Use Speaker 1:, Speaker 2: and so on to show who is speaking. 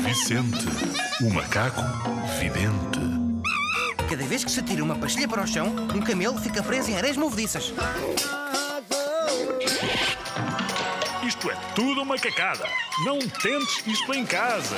Speaker 1: Vicente, o macaco vidente.
Speaker 2: Cada vez que se tira uma pastilha para o chão, um camelo fica preso em areias movediças.
Speaker 3: Isto é tudo uma cacada. Não tentes isto em casa.